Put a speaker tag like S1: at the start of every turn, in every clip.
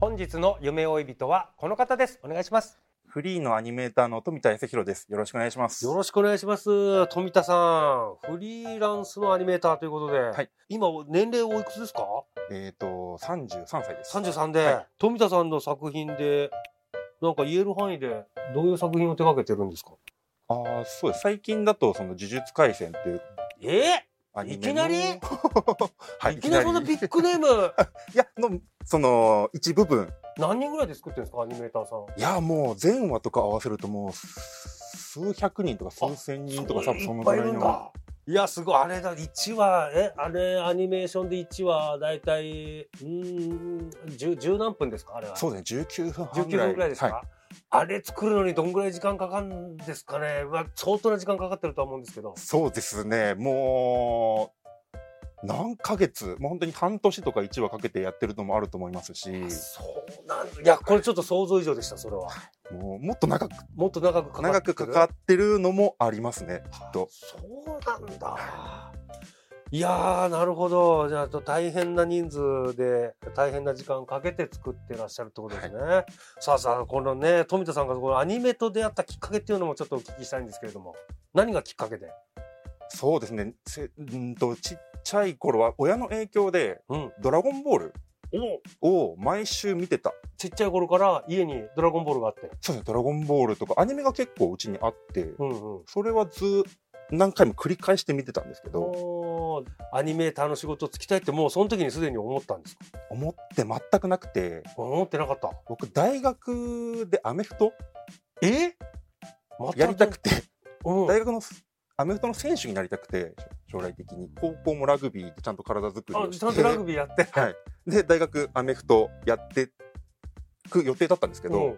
S1: 本日の夢追い人はこの方ですお願いします
S2: フリーのアニメーターの富田康弘です。よろしくお願いします。
S1: よろしくお願いします富田さんフリーランスのアニメーターということで、
S2: はい
S1: 今年齢おいくつですか
S2: えっ、と、33歳です。
S1: 33で、
S2: はい
S1: 富田さんの作品でなんか言える範囲でどういう作品を手掛けてるんですか
S2: ああ、そうです。最近だと、その、呪術廻戦っていう
S1: え
S2: アニメの。
S1: いきなり
S2: はい、
S1: いきなりそんなビ
S2: い
S1: ッグネー ム
S2: や、の、その、一部分。
S1: 何人ぐらいで作ってるんですかアニメーターさん
S2: いや、もう、全話とか合わせるともう、数百人とか数千人とか、多分そのぐらいの。
S1: いやすごいあれだ1話えあれアニメーションで1話だいたいうーん十十何分ですかあれは
S2: そうですね、19分半
S1: 19
S2: ぐらい。
S1: 分ぐらいですか、
S2: はい
S1: あれ作るのにどんぐらい時間かかるんですかね、まあ、相当な時間かかってるとは思うんですけど
S2: そうですね、もう、何ヶ月、もう本当に半年とか1話かけてやってるのもあると思いますし、
S1: そうなんいやこれちょっと想像以上でしたそれは
S2: もう、もっと長く
S1: もっと長くかかってる
S2: 長くかかってるのもありますねきっと
S1: そうなんだ。いやー、なるほど。じゃあ、と大変な人数で、大変な時間かけて作ってらっしゃるってことですね。さあさあ、このね、富田さんがこのアニメと出会ったきっかけっていうのもちょっとお聞きしたいんですけれども、何がきっかけで
S2: そうですねせんーとちっちゃい頃は親の影響で
S1: うん。
S2: 「ドラゴンボール
S1: お」
S2: を毎週見てた
S1: ちっちゃい頃から家にドラゴンボールがあって。
S2: そうですね「ドラゴンボール」とかアニメが結構うちにあって
S1: うんうん。
S2: それはず何回も繰り返して見てたんですけど
S1: おーアニメーターの仕事つきたいってもうその時にすでに思ったんですか
S2: 思って全くなくて
S1: 思ってなかった。
S2: 僕大学でアメフト
S1: え
S2: やりたく
S1: て、
S2: て
S1: うん
S2: 大学のアメフトの選手になりたくて将来的に高校もラグビーでちゃんと体作り
S1: あ
S2: をして
S1: ちゃんとラグビーやって。
S2: はい、で大学アメフトやってく予定だったんですけど、
S1: うん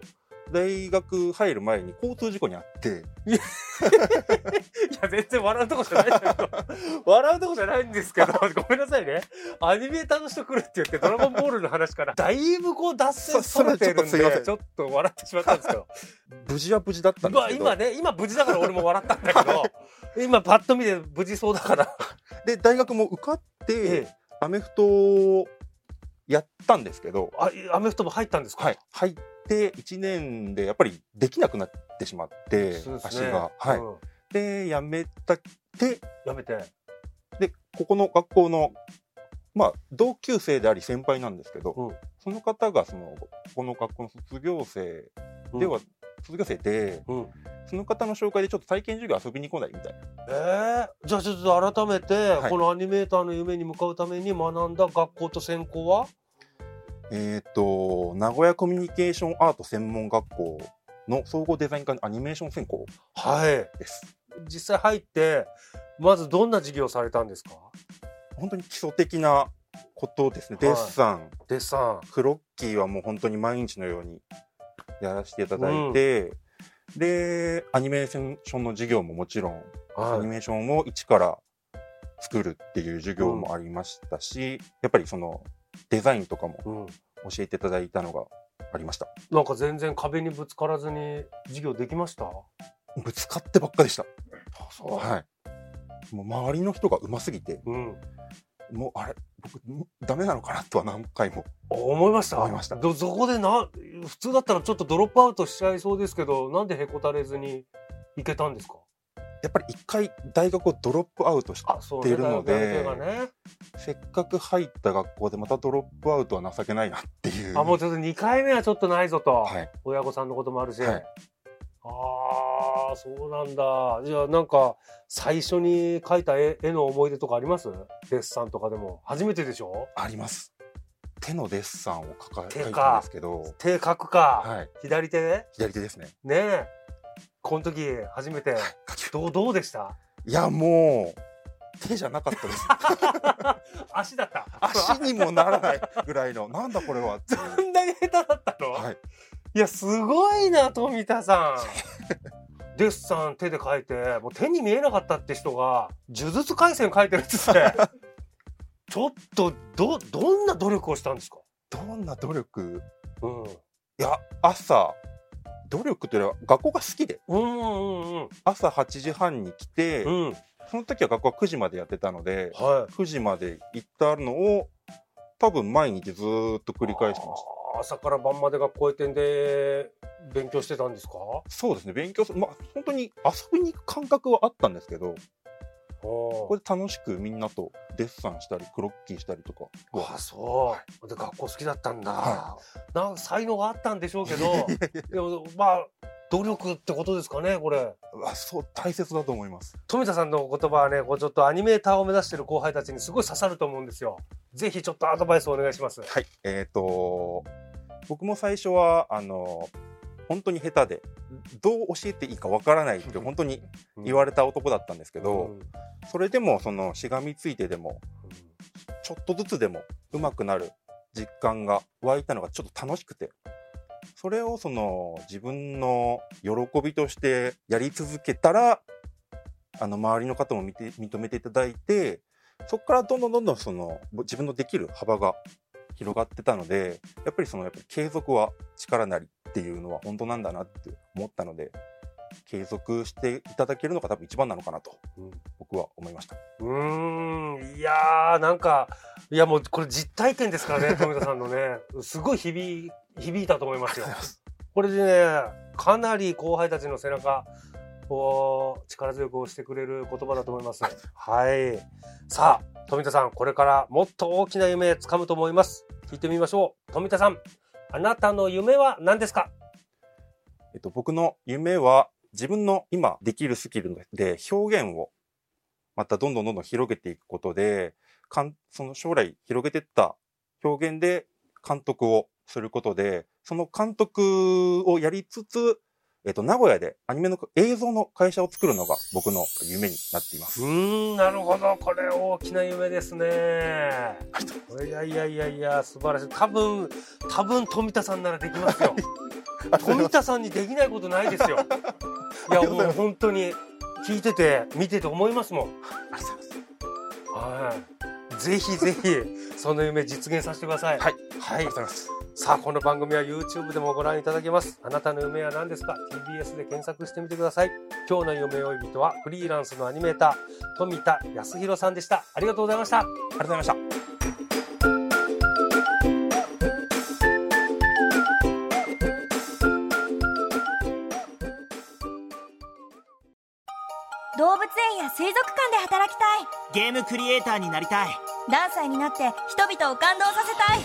S2: 大学入る前に交通事故にあって
S1: いや、全然笑うとこじゃないですけ ど、笑うとこじゃないんですけど、ごめんなさいね。アニメーターの人来るって言って、ドラゴンボールの話から、だいぶこう脱線されてるん
S2: そそれは
S1: で、ち
S2: ち
S1: ょっと笑ってしまったんです けど。
S2: 無事は無事だったんで
S1: ますあ
S2: けど、
S1: 今ね、今無事だから俺も笑ったんだけど、今パッと見て無事そうだから。
S2: で大学も受かって、
S1: ええ、
S2: アメフトをやったんですけど、
S1: あアメフト部入ったんですか
S2: はい、入って1年でやっぱりできなくなってしまって、
S1: そうです
S2: 足
S1: ね
S2: が。はい
S1: うん
S2: でやめたって
S1: やめて。
S2: でここの学校のまあ同級生であり先輩なんですけど、
S1: うん
S2: その方がそのこの学校の卒業生
S1: うん
S2: では、、卒業生で、
S1: うん
S2: その方の紹介でちょっと体験授業遊びに来ないみたいな
S1: えー、じゃあちょっと改めて、
S2: はい
S1: このアニメーターの夢に向かうために学んだ学校と専攻は
S2: えっ、と名古屋コミュニケーションアート専門学校の総合デザイン科のアニメーション専攻
S1: はい。
S2: です
S1: 実際入ってまずどんな授業されたんですか
S2: 本当に基礎的なことですね、
S1: はい
S2: デッサン
S1: デッサン
S2: クロッキーはもう本当に毎日のようにやらせていただいて、でアニメーションの授業ももちろんアニメーションを一から作るっていう授業もありましたし、やっぱりそのデザインとかも
S1: うん、
S2: 教えていただいたのがありました。
S1: なんか全然壁にぶつからずに授業できました
S2: ぶつかってばっかでした。
S1: そ
S2: はい。もう周りの人が上手すぎて、
S1: うん、
S2: もうあれ、僕、んダメなのかなとは何回も。
S1: 思いました
S2: 思いました
S1: どそこでな普通だったらちょっとドロップアウトしちゃいそうですけどなんでへこたれずにいけたんですか
S2: やっぱり一回大学をドロップアウトし
S1: あ、そう
S2: ているの
S1: 大
S2: で
S1: 学がね。
S2: せっかく入った学校でまたドロップアウトは情けないなっていう。
S1: あ、もうちょっと2回目はちょっとないぞと。
S2: はい。
S1: 親御さんのこともあるし。
S2: はい
S1: ああ、そうなんだ。じゃあなんか、最初に描いた絵絵の思い出とかありますデッサンとかでも。初めてでしょ
S2: あります。手のデッサンを描か
S1: 手
S2: 描
S1: か
S2: いたんですけど、
S1: 手描くか。
S2: はい、
S1: 左手ね。
S2: 左手ですね。
S1: ねえ。この時、初めて。
S2: 描き
S1: どう、どうでした
S2: いやもう手じゃなかったです。
S1: 足だった。
S2: 足にもならないぐらいのなんだこれはってい
S1: こ
S2: う。
S1: んなに下手だったの、、
S2: はいい。
S1: や、すごいな、富田 さん。デッサン手で描いて、もう手に見えなかったって人が、呪術廻戦描いてるっつ って。ちょっと、ど、どんな努力をしたんですか
S2: どんな努力？
S1: うん。
S2: いや朝努力というよりは学校が好きで
S1: うんうん
S2: 朝8時半に来て、
S1: うん。うん。
S2: その時は学校は9時までやってたので、
S1: はい。
S2: 9時まで行ったのを多分毎日ずーっと繰り返してました。
S1: あー朝から晩まで学校行ってんで、勉強してたんですか
S2: そうですね勉強すまあ本当に遊びに行く感覚はあったんですけどここ
S1: こ
S2: で楽しくみんなとデッサンしたりクロッキーしたりとか
S1: あ、そう。で、学校好きだったんだ。
S2: は
S1: なんか才能があったんでしょうけど、でも、まあ、努力ってことですかね、これ。
S2: あそう大切だと思います
S1: 富田さんの言葉はね、こうちょっとアニメーターを目指してる後輩たちにすごい刺さると思うんですよ。ぜひちょっとアドバイスをお願いします。
S2: はいえっ、と僕も最初はあの本当に下手でどう教えていいかわからないって本当に言われた男だったんですけ
S1: れ
S2: ど、それでもそのしがみついてでもちょっとずつでも上手くなる実感が湧いたのがちょっと楽しくてそれをその自分の喜びとしてやり続けたらあの周りの方も見て認めていただいてそこからどんどんどんどんその自分のできる幅が広がってたのでやっぱりそのやっぱり継続は力なりっていうのは本当なんだなって思ったので継続していただけるのが多分一番なのかなと
S1: うん
S2: 僕は思いました。
S1: うん、うーんいやー、なんか、いやもうこれ実体験ですからね、富田さんのね。 すごい響い響いたと思いますよ。これでね、かなり後輩たちの背中を力強く押してくれる言葉だと思います。はい。さあ、富田さん、これからもっと大きな夢掴むと思います。聞いてみましょう。富田さん、あなたの夢は何ですか
S2: えっと、僕の夢は自分の今できるスキルで表現をまたどんどんどんどん広げていくことで、かんその将来広げてった表現で監督をすることで、その監督をやりつつ、えっと、名古屋でアニメの映像の会社を作るのが僕の夢になっていま
S1: う
S2: す。
S1: ーん、なるほど。これ大きな夢ですね。いやいやいやいや、素晴らしい。多分、多分富田さんならできますよ。富田さんにできないことないですよ。いや、
S2: ありがと
S1: も
S2: うござい
S1: う
S2: ます
S1: 本当に聞いてて、見てて思いますもん。
S2: ありがとうございます。
S1: はい。ぜひぜひ、その夢実現させてください。
S2: はい。あ
S1: は
S2: り
S1: い
S2: がとうご。ざいます。
S1: さあ、この番組は YouTube でもご覧いただけます。あなたの夢は何ですか ?TBS で検索してみてください。今日の夢追い人はフリーランスのアニメーター、富田康弘さんでした。ありがとうございました。
S2: ありがとうございました。
S3: 動物園や水族館で働きたい
S4: ゲームクリエイターになりたい
S3: 何歳になって人々を感動させた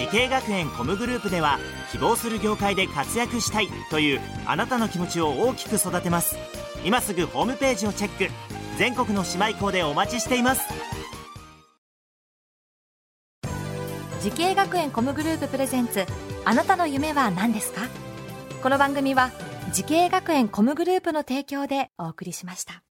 S3: い
S4: 時系学園コムグループでは希望する業界で活躍したいというあなたの気持ちを大きく育てます今すぐホームページをチェック全国の姉妹校でお待ちしています
S5: 時系学園コムグループプレゼンツあなたの夢は何ですかこの番組は時系学園コムグループの提供でお送りしました